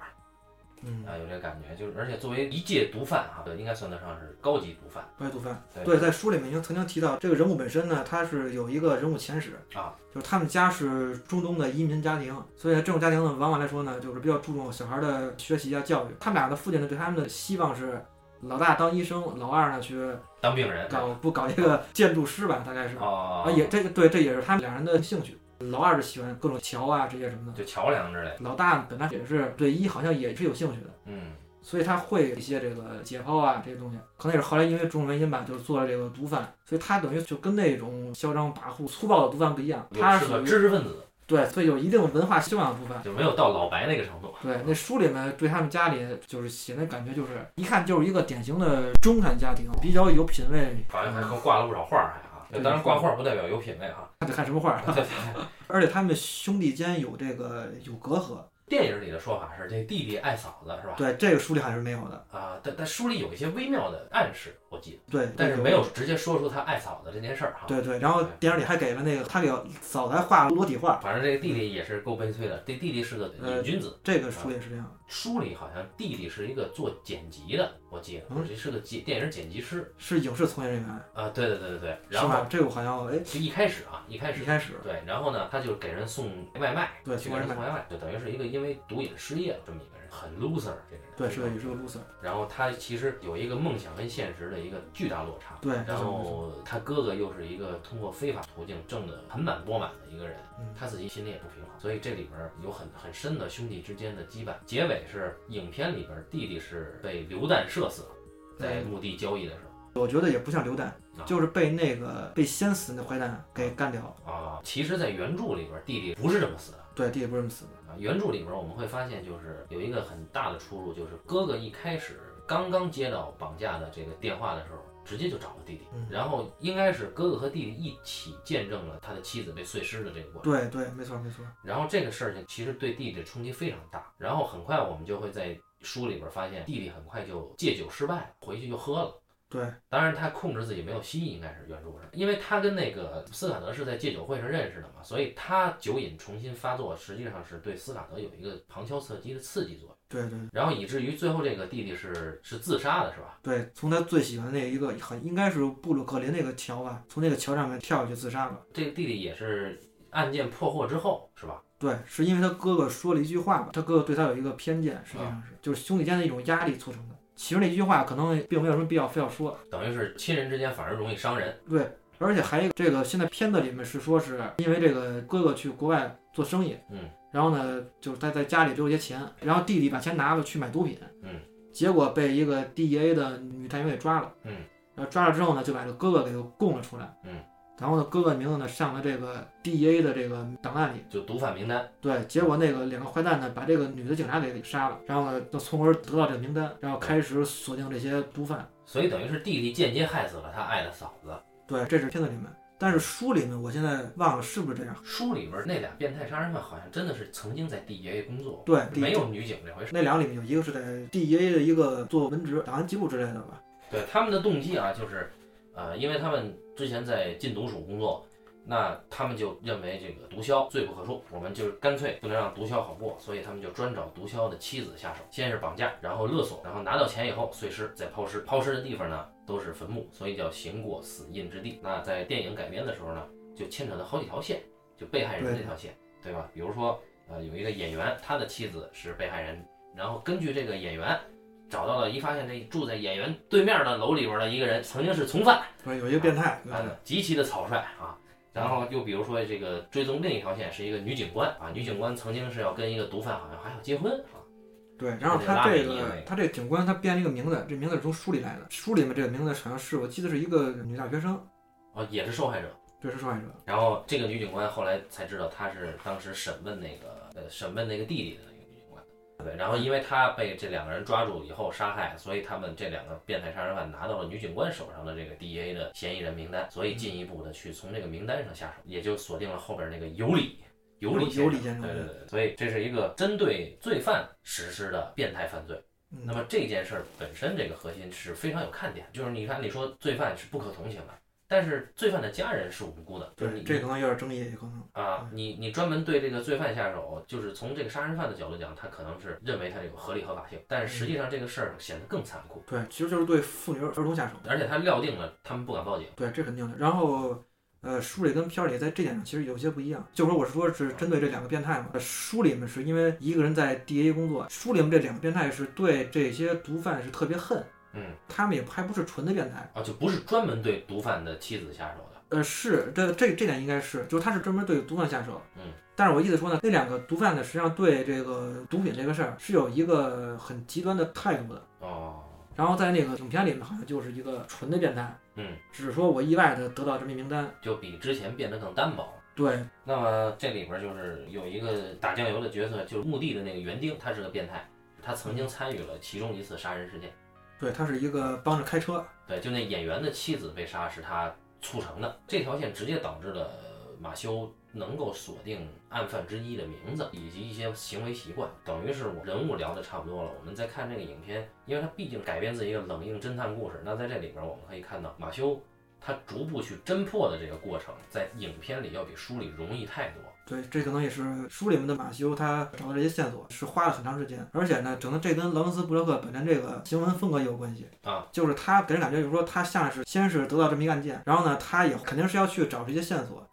嗯，
啊，有这个感觉，就是而且作为一介毒贩哈，应该算得上是高级毒贩
白毒贩。
对
对，在书里面已经曾经提到，这个人物本身呢，他是有一个人物前史
啊，
就是他们家是中东的移民家庭，所以这种家庭呢，往往来说呢，就是比较注重小孩的学习啊、教育。他们俩的父亲呢，对他们的希望是。老大当医生，老二呢去
当病人
搞不搞一个建筑师吧，大概是
哦
啊，，也这个对，这也是他们俩人的兴趣。老二是喜欢各种桥啊这些什么的，
就桥梁之类，
老大本来也是对医好像也是有兴趣的，
嗯，
所以他会一些这个解剖啊这些东西，可能也是后来因为种种原因吧，就是做了这个毒贩，所以他等于就跟那种嚣张跋扈、粗暴的毒贩不一样，他
也是
属
个
于
知识分子，
对，所以有一定文化修养的部分。
就没有到老白那个程度，
对，那书里面对他们家里就是写的感觉就是，一看就是一个典型的中产家庭，比较有品位。
好像还给我挂了不少画儿还啊，
对
当然挂画儿不代表有品位啊，
他得看什么画，而且他们兄弟间有这个有隔阂，
电影里的说法是这弟弟爱嫂子是吧？
对，这个书里还是没有的。
啊，但但书里有一些微妙的暗示，我记得，
对，
但是没有直接说出他爱嫂子这件事儿啊哈。
对对，然后电影里还给了那个他给嫂子还画了裸体画，
反正这个弟弟也是够悲催的，这弟弟是个
呃
瘾君子。
这个书也是这样。
书里好像弟弟是一个做剪辑的，我记得，
嗯
这是个剪电影剪辑师
是影视从业人员，
啊。对对对对对。
是
然后
吧？这个我好像哎，
就一开始啊，一开
一
始
开始
对，然后呢，他就给人送外卖，
对
去
送
给
外
人
卖
送外卖，就等于是一个因为毒瘾失业了这么一个人，很 loser 这个人。
对是个也是个 loser，
然后他其实有一个梦想跟现实的一个巨大落差。
对，没
然
错没错
后他哥哥又是一个通过非法途径挣得盆满钵满的一个人，
嗯
他自己心里也不平衡，所以这里边有很很深的兄弟之间的羁绊。结尾是影片里边弟弟是被流弹射死了，在墓地交易的时
我觉得也不像刘蛋
啊，
就是被那个被先死那坏蛋给干掉。
候啊，其实，在原著里边弟弟不是这么死的。
对，弟弟不是这么死的，
啊，原著里边我们会发现，就是有一个很大的出入，就是哥哥一开始刚刚接到绑架的这个电话的时候，直接就找了弟弟
嗯，
然后应该是哥哥和弟弟一起见证了他的妻子被碎尸的这个过程。
对对，没错没错，
然后这个事儿情其实对弟弟的冲击非常大，然后很快我们就会在书里边发现，弟弟很快就戒酒失败了，回去就喝了。
对
当然，他控制自己没有吸，应该是原著上，因为他跟那个斯卡德是在戒酒会上认识的嘛，所以他酒瘾重新发作，实际上是对斯卡德有一个旁敲侧击的刺激作用，
对对
然后以至于最后这个弟弟是是自杀的，是吧？
对，从他最喜欢的那一个很应该是布鲁克林那个桥吧，从那个桥上面跳下去自杀了。
这个弟弟也是案件破获之后，是吧？
对，是因为他哥哥说了一句话吧，他哥哥对他有一个偏见，实际上是、就是兄弟间的一种压力促成的。其实那一句话可能并没有什么必要非要说，
等于是亲人之间反而容易伤人，
对，而且还有一个这个现在片子里面是说是因为这个哥哥去国外做生意，
嗯，
然后呢就是他在家里留一些钱，然后弟弟把钱拿了去买毒品，
嗯，
结果被一个 DEA 的女探员给抓了，
嗯，
然后抓了之后呢就把这个哥哥给供了出来，
嗯。
然后呢，哥哥的名字呢上了这个 DEA 的这个档案里，
就毒贩名单。
对，结果那个两个坏蛋呢，把这个女的警察给杀了，然后呢，就从而得到这个名单，然后开始锁定这些毒贩。
所以等于是弟弟间接害死了他爱的嫂子。
对，这是片子里面，但是书里面我现在忘了是不是这样。
书里边那俩变态杀人犯好像真的是曾经在 DEA 工作，
对，第一
没有女警这回事。
那两个里面有一个是在 DEA 的一个做文职档案记录之类的吧？
对他们的动机啊，就是，呃，因为他们之前在禁毒署工作，那他们就认为这个毒枭罪不可恕，我们就是干脆不能让毒枭好过，所以他们就专找毒枭的妻子下手，先是绑架，然后勒索，然后拿到钱以后碎尸，再抛尸，抛尸的地方呢都是坟墓，所以叫行过死印之地。那在电影改编的时候呢，就牵扯到好几条线，就被害人
对
这条线，对吧？比如说，呃，有一个演员，他的妻子是被害人，然后根据这个演员。找到了，一发现这住在演员对面的楼里边的一个人，曾经是从犯，
对，有一个变态，对
啊，极其的草率啊。然后又比如说这个追踪另一条线是一个女警官啊，女警官曾经是要跟一个毒贩好像还要结婚啊，
对，然后
有点拉
他这
美意味
个他这个警官他变了一个名字，这名字是从书里来的，书里面这个名字好像是我记得是一个女大学生，
啊也是受害者，
对，是受害者。
然后这个女警官后来才知道，她是当时审问那个呃审问那个弟弟的那个女警官。对，然后因为她被这两个人抓住以后杀害，所以他们这两个变态杀人犯拿到了女警官手上的这个 DEA 的嫌疑人名单，所以进一步的去从这个名单上下手，也就锁定了后边那个尤里。尤里
尤里
先
先
生，
生
对对对，对所以这是一个针对罪犯实施的变态犯罪。
嗯
那么这件事儿本身这个核心是非常有看点，就是你看你说罪犯是不可同情的，但是罪犯的家人是无辜的，就是你
对，这可能有点争议，也可能
啊，你你专门对这个罪犯下手，就是从这个杀人犯的角度讲，他可能是认为他有合理合法性，但是实际上这个事儿显得更残酷，
对，其实就是对妇女儿童下手。
而且他料定了他们不敢报警，
对，这肯定的。然后，呃，书里跟片儿里在这点上其实有些不一样。就是说，我说是针对这两个变态嘛，呃书里面是因为一个人在 DA 工作，书里面这两个变态是对这些毒贩是特别恨，
嗯，
他们也还不是纯的变态，
啊，就不是专门对毒贩的妻子下手的，
呃，是这这这点应该是，就是他是专门对毒贩下手，
嗯。
但是我意思说呢，那两个毒贩呢，实际上对这个毒品这个事儿是有一个很极端的态度的。
哦，
然后在那个影片里面，好像就是一个纯的变态，
嗯，
只是说我意外的得到这么一名单。
就比之前变得更单薄。
对，
那么这里边就是有一个打酱油的角色，就是墓地的那个园丁，他是个变态，他曾经参与了其中一次杀人事件。
对，他是一个帮着开车，
对，就那演员的妻子被杀是他促成的，这条线直接导致了马修能够锁定案犯之一的名字以及一些行为习惯，等于是我人物聊的差不多了。我们再看这个影片，因为它毕竟改编自一个冷硬侦探故事，那在这里边我们可以看到马修他逐步去侦破的这个过程，在影片里要比书里容易太多。
对，这可能也是书里面的马修他找到这些线索是花了很长时间，而且呢，可能这跟劳伦斯·布洛克本人这个行文风格也有关系
啊。
就是他给人感觉就是说他像是先是得到这么一个案件，然后呢，他也肯定是要去找这些线索，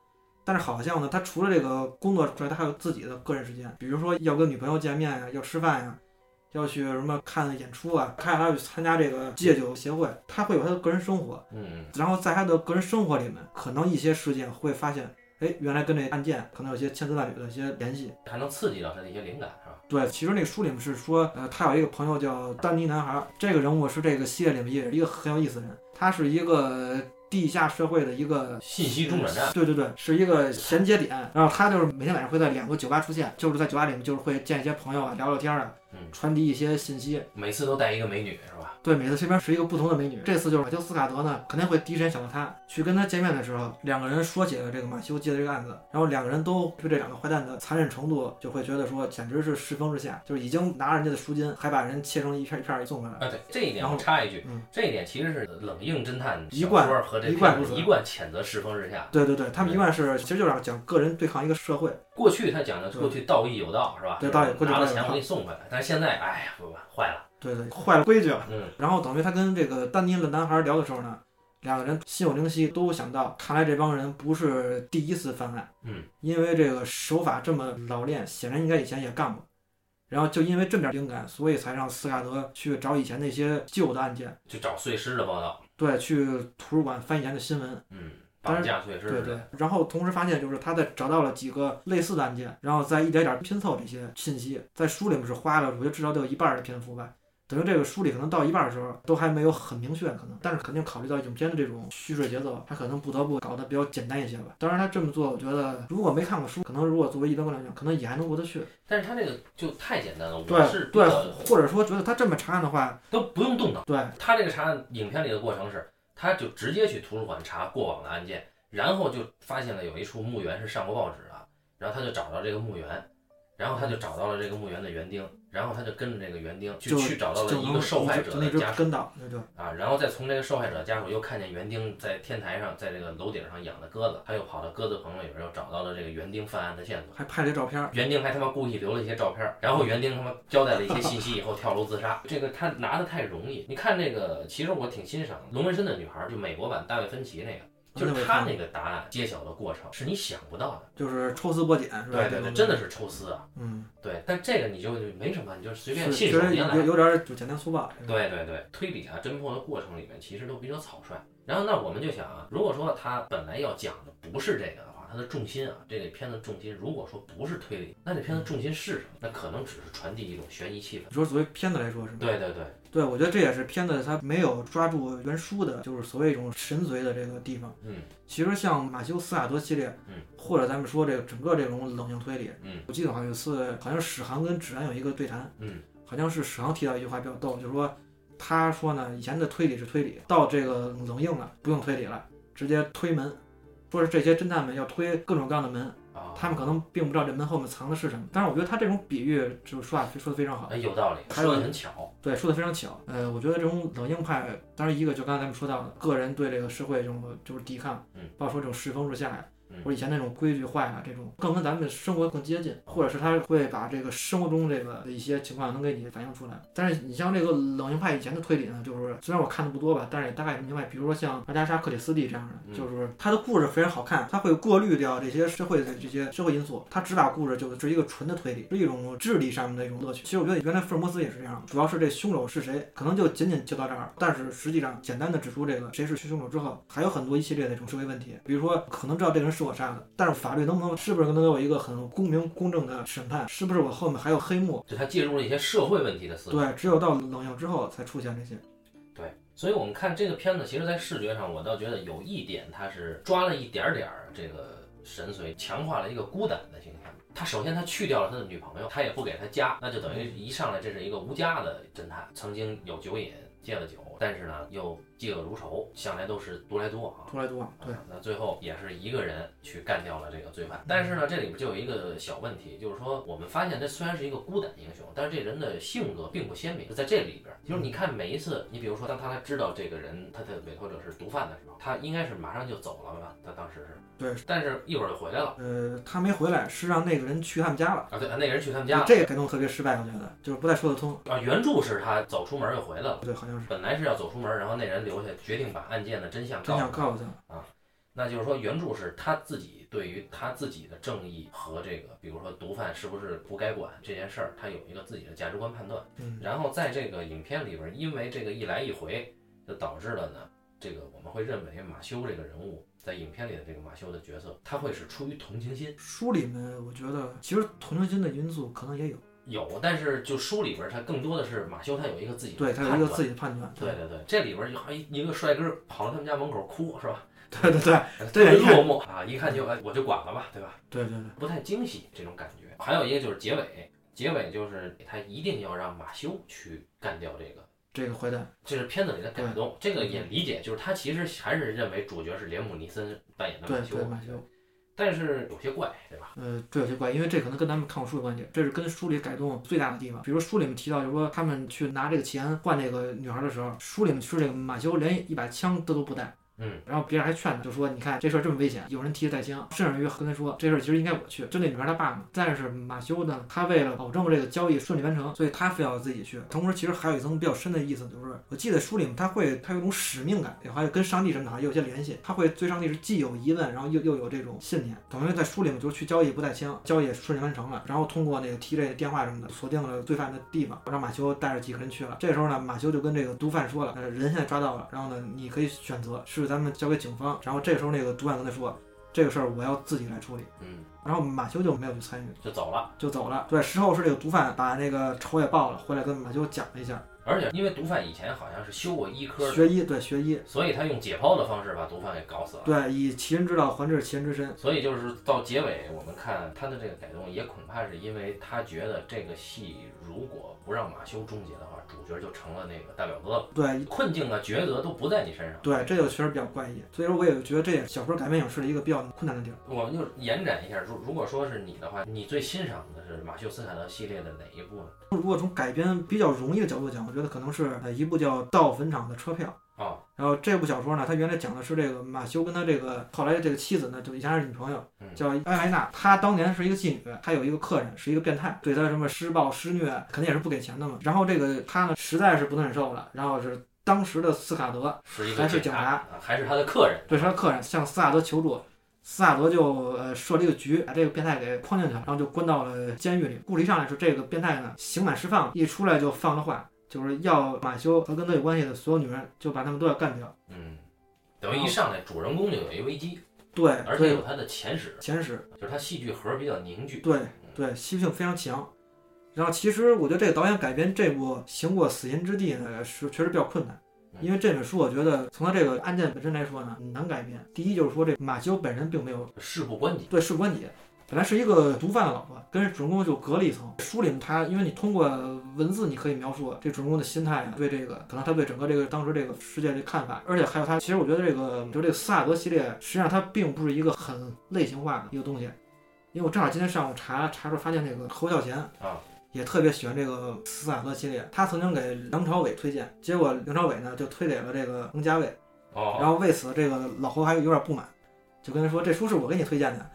但是好像呢，他除了这个工作之外，他还有自己的个人时间，比如说要跟女朋友见面呀、要吃饭呀、要去什么看演出啊，他还要去参加这个戒酒协会，他会有他的个人生活。
嗯，
然后在他的个人生活里面，可能一些事件会发现，哎，原来跟这案件可能有些千丝万缕的一些联系。
还能刺激到他的一些灵感，是吧？
对，其实那个书里面是说，呃，他有一个朋友叫丹尼男孩，这个人物是这个系列里面也是一个很有意思的人，他是一个地下社会的一个
信息中转站，
对对对，是一个衔接点。然后他就是每天晚上会在两个酒吧出现，就是在酒吧里面就是会见一些朋友啊，聊聊天啊，
嗯
传递一些信息。啊
每次都带一个美女，是吧？
对，每次身边是一个不同的美女。这次就是马修斯卡德呢，肯定会第一时间想到他。去跟他见面的时候，两个人说起了这个马修接的这个案子，然后两个人都对这两个坏蛋的残忍程度，就会觉得说简直是世风日下，就是已经拿人家的赎金，还把人切成一片一片儿送回来。
啊，对，这一点
然后
我插一句，
嗯
这一点其实是冷硬侦探
一贯
小说和这
一贯
片
如
子
此
一贯谴责世风日下。
对对对，他们一贯是其实就是讲个人对抗一个社会，
过去他讲的过去道义有道是吧？
嗯对道义
就是拿了
过去道
钱
义有道
我给你送回来，但是现在哎呀不不坏了，
对对，坏了规矩。
嗯，
然后等于他跟这个丹尼的男孩聊的时候呢，两个人心有灵犀，都想到，看来这帮人不是第一次犯案，
嗯，
因为这个手法这么老练，显然应该以前也干过。然后就因为这么点灵感，所以才让斯卡德去找以前那些旧的案件，
就找碎尸的报道，
对，去图书馆翻以前的新闻，
嗯，
当
绑
然
架碎尸，
对对。然后同时发现，就是他在找到了几个类似的案件，然后再一点点拼凑这些信息，在书里面是花了，我觉得至少得有一半儿的篇幅吧。等于这个书里可能到一半儿的时候都还没有很明确，可能，但是肯定考虑到影片的这种叙事节奏，他可能不得不搞得比较简单一些吧。当然，他这么做，我觉得如果没看过书，可能如果作为一般观众来讲，可能也还能过得去。
但是他这个就太简单了，我是
对
比
对
较，
或者说觉得他这么查案的话，
都不用动脑。
对
他这个查案影片里的过程是，他就直接去图书馆查过往的案件，然后就发现了有一处墓园是上过报纸的，然后他就找到这个墓园，然后他就找到了这个墓园的园丁，然后他就跟着这个园丁去
就
去找到了
就
一
能
个受害者
那
的
只
家属
跟到，对对
啊，然后再从这个受害者的家属又看见园丁在天台上，在这个楼顶上养的鸽子，他又跑到鸽子棚里边又找到了这个园丁犯案的线索。
还拍了些照片儿，
园丁还他妈故意留了一些照片儿，然后园丁他妈交代了一些信息以后跳楼自杀， 这个他拿的太容易。你看这个，其实我挺欣赏《龙纹身的女孩》，就美国版大卫芬奇那个，就是他那个答案揭晓的过程是你想不到的。
就是抽丝剥茧，是吧？
对对对，真的，是抽丝啊！
嗯。
对，但这个你就没什么，你就随便
是
信
其
手
实
拈
有
来。
有有点儿就简单粗暴。
对对对，推理啊、侦破的过程里面其实都比较草率。然后那我们就想啊，如果说他本来要讲的不是这个的话，它的重心啊，这类片子重心如果说不是推理，那这片子重心是什么？那可能只是传递一种悬疑气氛。
你说作为片子来说是吗？
对对对，
对，我觉得这也是片子它没有抓住原书的，就是所谓一种神髓的这个地方。
嗯
其实像马修斯卡多系列，
嗯，
或者咱们说这个整个这种冷静推理，
嗯
我记得好像有一次，好像史航跟芷安有一个对谈，
嗯
好像是史航提到一句话比较逗，就是说他说呢，以前的推理是推理，到这个冷硬了不用推理了，直接推门。说是这些侦探们要推各种各样的门，
啊，
他们可能并不知道这门后面藏的是什么。但是我觉得他这种比喻就是说法说的非常好
哎，有道理，
还有
说的很巧。
对，说的非常巧。呃，我觉得这种冷硬派，当然一个就刚才咱们说到的，个人对这个社会这种就是抵抗，
嗯，
包括说这种世风日下呀，
嗯
或者以前那种规矩坏啊，这种更跟咱们生活更接近，或者是他会把这个生活中这个的一些情况能给你反映出来。但是你像这个冷硬派以前的推理呢，就是虽然我看的不多吧，但是也大概明白，比如说像阿加莎·克里斯蒂这样的，
嗯
就是他的故事非常好看，他会过滤掉这些社会的这些社会因素，他只把故事就是一个纯的推理，是一种智力上面的一种乐趣。其实我觉得原来福尔摩斯也是这样，主要是这凶手是谁，可能就仅仅就到这儿，但是实际上简单的指出这个谁是凶手之后，还有很多一系列的这种社会问题，比如说可能知道这个人是我杀的，但是法律能不能是不是能有一个很公平公正的审判，是不是我后面还有黑幕？
就他介入了一些社会问题的思考。
对，只有到冷硬之后才出现这些。
对，所以我们看这个片子，其实，在视觉上，我倒觉得有一点，它是抓了一点儿点儿这个神髓，强化了一个孤胆的形象。他首先他去掉了他的女朋友，他也不给他家，那就等于一上来这是一个无家的侦探，曾经有酒瘾，戒了酒，但是呢又嫉恶如仇，向来都是独来独往。
图莱多网对，
啊那最后也是一个人去干掉了这个罪犯。但是呢，这里边就有一个小问题，就是说我们发现这虽然是一个孤胆英雄，但是这人的性格并不鲜明，就在这里边。就是你看每一次，你比如说当他知道这个人他的委托者是毒贩的时候，他应该是马上就走了吧？他当时是
对，
但是一会儿就回来了
呃，他没回来，是让那个人去他们家了。
啊。对，那人去他们家了
这个改动特别失败，我觉得就是不太说得通。
啊。原著是他走出门又回来了，
对，好像是
本来是要走出门，然后那人留下，决定把案件的真相告
真
诉
想
他。
告诉他，
那就是说，原著是他自己对于他自己的正义和这个，比如说毒贩是不是不该管这件事儿，他有一个自己的价值观判断。
嗯，
然后在这个影片里边，因为这个一来一回，就导致了呢，这个我们会认为马修这个人物在影片里的这个马修的角色，他会是出于同情心
书里面我觉得其实同情心的因素可能也有，
有，但是就书里边他更多的是马修他有一个自己的
对他有
判
一个
断
自己的判断。
对对对，这里边有还一个帅哥跑到他们家门口哭是吧？
对对对
特别
对
落寞啊，一看就哎我就管了吧，对吧？
对对对，
不太惊喜这种感觉。还有一个就是结尾，结尾就是他一定要让马修去干掉这个，
这个坏蛋，
这是片子里的改动。这个也理解，就是他其实还是认为主角是连姆尼森扮演的
对
马修
对，马修，
但是有些怪，对吧？
呃，对，有些怪，因为这可能跟咱们看过书有关系，这是跟书里改动最大的地方。比如书里面提到，就是说他们去拿这个钱换这个女孩的时候，书里面说这个马修连一把枪都都不带。
嗯，
然后别人还劝他，就说你看这事儿这么危险，有人提着带枪，甚至于跟他说这事儿其实应该我去，就那女孩她爸嘛。但是马修呢，他为了保证这个交易顺利完成，所以他非要自己去。同时，其实还有一层比较深的意思，就是我记得书里面他会他有一种使命感，也还有跟上帝什么的好像也有些联系。他会对上帝是既有疑问，然后又又有这种信念。等于在书里面就是去交易不带枪，交易也顺利完成了，然后通过那个提这个电话什么的锁定了罪犯的地方，让马修带着几个人去了。这时候呢，马修就跟这个毒贩说了，呃，人现在抓到了，然后呢，你可以选择是咱们交给警方。然后这时候那个毒贩跟他说，这个事儿我要自己来处理。
嗯，
然后马修就没有去参与，
就走了。
就走了。对，事后是这个毒贩把那个仇也报了，回来跟马修讲了一下，
而且因为毒贩以前好像是修过医科的，
学医对学医，
所以他用解剖的方式把毒贩给搞死了。
对以其人之道还治其人之身。
所以就是到结尾，我们看他的这个改动，也恐怕是因为他觉得这个戏如果不让马修终结的话，主角就成了那个大表哥了。
对，
困境的抉择都不在你身上。
对，这就确实比较怪异，所以说我也觉得这也是小说改编影视的一个比较困难的地儿。
我们就延展一下，如如果说是你的话，你最欣赏的是马修斯卡德系列的哪一部呢？
如果从改编比较容易的角度讲，我觉得可能是呃一部叫《到坟场的车票》。
哦，
然后这部小说呢，它原来讲的是这个马修跟他这个后来这个妻子呢，就以前是女朋友
嗯，
叫埃莱娜。她当年是一个妓女，她有一个客人是一个变态，对她什么施暴施虐，肯定也是不给钱的嘛。然后这个她呢，实在是不能忍受了，然后是当时的斯卡德
是一
还
个
是
警
警察
啊还是他的客人？
对他的客人向斯卡德求助，斯卡德就呃设了一个局，把这个变态给框进去了，然后就关到了监狱里。故事一上来说，这个变态呢刑满释放，一出来就放了话，就是要马修和跟他有关系的所有女人，就把他们都要干掉。
嗯，等于一上来主人公就有一危机。
对，
而且
哦对
有它的前史，
前史，
就是它戏剧核比较凝聚。嗯
对对，戏剧性非常强。然后其实我觉得这个导演改编这部《行过死荫之地》呢，是确实比较困难，因为这本书我觉得从他这个案件本身来说呢，很难改编。第一就是说这马修本人并没有
事不关己，
对事关己，本来是一个毒贩的老婆，跟主人公就隔了一层。书里面他，因为你通过文字你可以描述这主人公的心态啊，对这个可能他对整个这个当时这个世界的看法，而且还有他，其实我觉得这个就这个斯卡德系列，实际上它并不是一个很类型化的一个东西，因为我正好今天上午查查着发现这个侯孝贤
啊。
也特别喜欢这个斯卡德系列，他曾经给梁朝伟推荐，结果梁朝伟呢就推给了这个王家卫，
哦，
然后为此，这个老侯还有点不满，就跟他说：“这书是我给你推荐的。”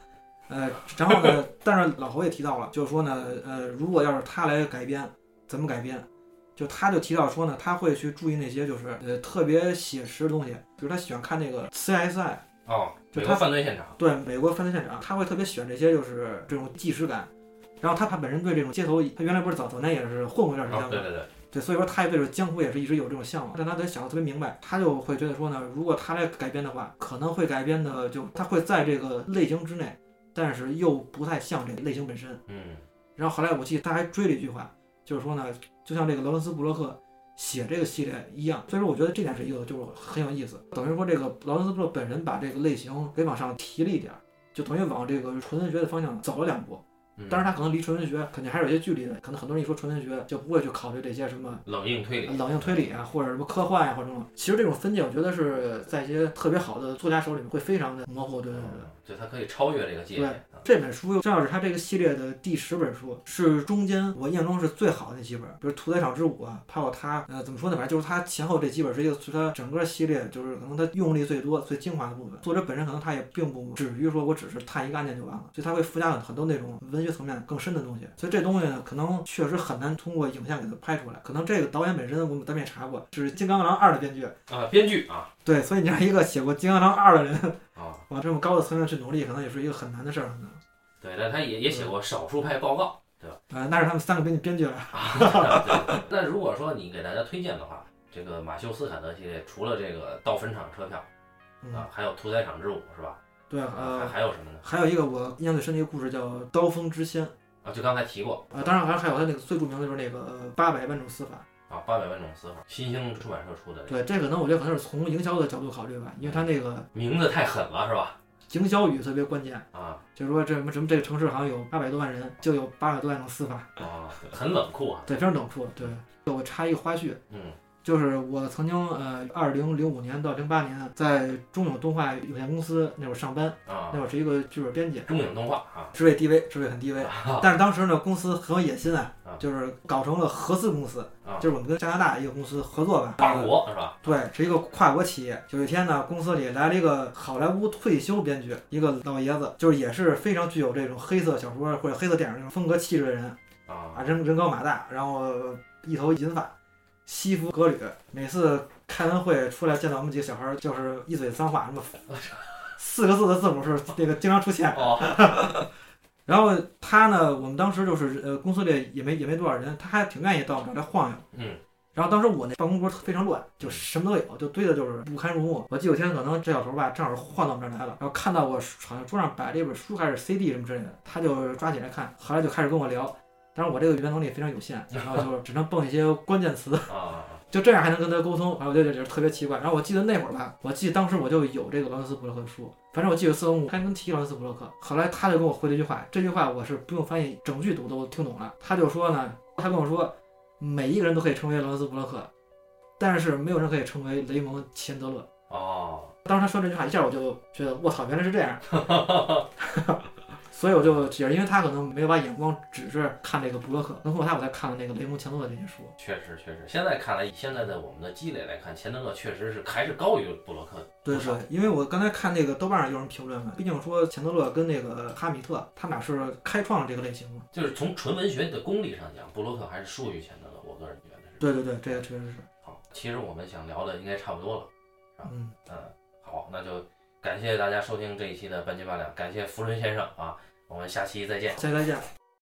呃，然后呢，但是老侯也提到了，就是说呢，呃，如果要是他来改编，怎么改编？就他就提到说呢，他会去注意那些就是呃特别写实的东西，比如他喜欢看那个 CSI，
哦，
就
美
他
国犯罪现场，
对美国犯罪现场，他会特别喜欢这些就是这种纪实感。然后他他本人对这种街头，他原来不是早早年也是混过一段时间
哦，
吗？
对对对，
对，所以说他也对这个江湖也是一直有这种向往，但他得想的特别明白，他就会觉得说呢，如果他来改编的话，可能会改编的就他会在这个类型之内，但是又不太像这个类型本身。
嗯，
然后后来我记得他还追了一句话，就是说呢，就像这个劳伦斯布洛克写这个系列一样，所以说我觉得这点是一个就是很有意思，等于说这个劳伦斯布洛克本人把这个类型给往上提了一点儿，就等于往这个纯文学的方向走了两步。
嗯
当然，他可能离纯文学肯定还是有些距离的，可能很多人一说纯文学就不会去考虑这些什么。
冷硬推理，
冷硬推理啊，或者什么科幻呀、或者什么，其实这种分界，我觉得是在一些特别好的作家手里面会非常的模糊。对对对。
嗯就它可以超越这个界限。啊
这本书正好是他这个系列的第十本书，是中间我印象中是最好的那几本，比如《屠宰场之舞》啊，还有他呃怎么说呢，反正就是他前后这几本是一个是他整个系列就是可能他用力最多、最精华的部分。作者本身可能他也并不止于说我只是探一个案件就完了，所以他会附加很多那种文学层面更深的东西。所以这东西呢，可能确实很难通过影像给它拍出来。可能这个导演本身我们咱们也查过，是《金刚狼二》的编剧，
啊，编剧啊
对，所以你让一个写过《金刚狼二》的人
啊，
往这么高的层面去努力，可能也是一个很难的事儿。可能
对，但他也也写过少数派报告。对吧？
呃，那是他们三个编剧编剧了。
对啊 那如果说你给大家推荐的话，这个马修斯卡德系列除了这个到坟场车票
嗯
啊，，还有屠宰场之舞是吧？
对，
啊，还
呃，
还有什么呢？
还有一个我印象最深的一个故事叫《刀锋之心》，
啊，就刚才提过
呃，当然还还有他那个最著名的就是那个八百万种死法。
啊，八百万种死法，新兴出版社出的这个，
对，这可能我觉得可能是从营销的角度考虑吧，因为他那个
名字太狠了是吧？
营销语特别关键，
啊
就是说这什么什么这个城市好像有八百多万人，就有八百多万种死法，
啊，很冷酷啊，
对，非常冷酷。对，我插一个花絮，
嗯
就是我曾经呃，二零零五年到零八年啊在中影动画有限公司那会儿上班，
啊
那，会儿是一个剧本编辑，
中影动画啊，
职位低微，职位很 低微。但是当时呢，公司很有野心啊
啊，
就是搞成了合资公司
啊，
就是我们跟加拿大一个公司合作吧。呃
大国是吧？
对，是一个跨国企业。有一天呢，公司里来了一个好莱坞退休编剧，一个老爷子，就是也是非常具有这种黑色小说或者黑色电影那种风格气质的人啊，
啊，
人人高马大，然后呃一头银发，西服革履，每次开完会出来见到我们几个小孩儿，就是一嘴脏话， 什么四个字的字母是那个经常出现。
哦，
然后他呢，我们当时就是呃，公司里也没也没多少人，他还挺愿意到我们这儿来晃悠。
嗯
然后当时我那办公桌非常乱，就什么都有，就堆的就是呃不堪入目。我记得有一天可能这小头吧，正好晃到我们这儿来了，然后看到我好像桌上摆了一本书还是 CD 什么之类的，他就抓起来看，后来就开始跟我聊。但是我这个语言能力非常有限，然后就只能蹦一些关键词，
啊，
就这样还能跟他沟通，然后我就觉得特别奇怪。然后我记得那会儿吧，我记得当时我就有这个劳伦斯布洛克的书，反正我记得四文五还能提劳伦斯布洛克。后来他就跟我回了一句话，这句话我是不用翻译，整句读的我听懂了。他就说呢，他跟我说，每一个人都可以成为劳伦斯布洛克，但是没有人可以成为雷蒙钱德勒。
哦，
当时他说这句话一下，我就觉得我操，原来是这样。所以我就也是因为他可能没有把眼光只是看这个布洛克，然后他我才看了那个雷蒙钱德勒这些书。
确实确实，现在看来，以现在的我们的积累来看，钱德勒确实是还是高于布洛克的
对
不
对
少，
因为我刚才看那个豆瓣上有人评论嘛，毕竟说钱德勒跟那个哈米特，他们俩是开创了这个类型嘛。
就是从纯文学的功力上讲，布洛克还是输于钱德勒，我个人觉得是。
对对对，这个确实是，
好，其实我们想聊的应该差不多了。
嗯，
嗯，好，那就感谢大家收听这一期的半斤八两，感谢福伦先生啊，我们下期再见。
下期再见。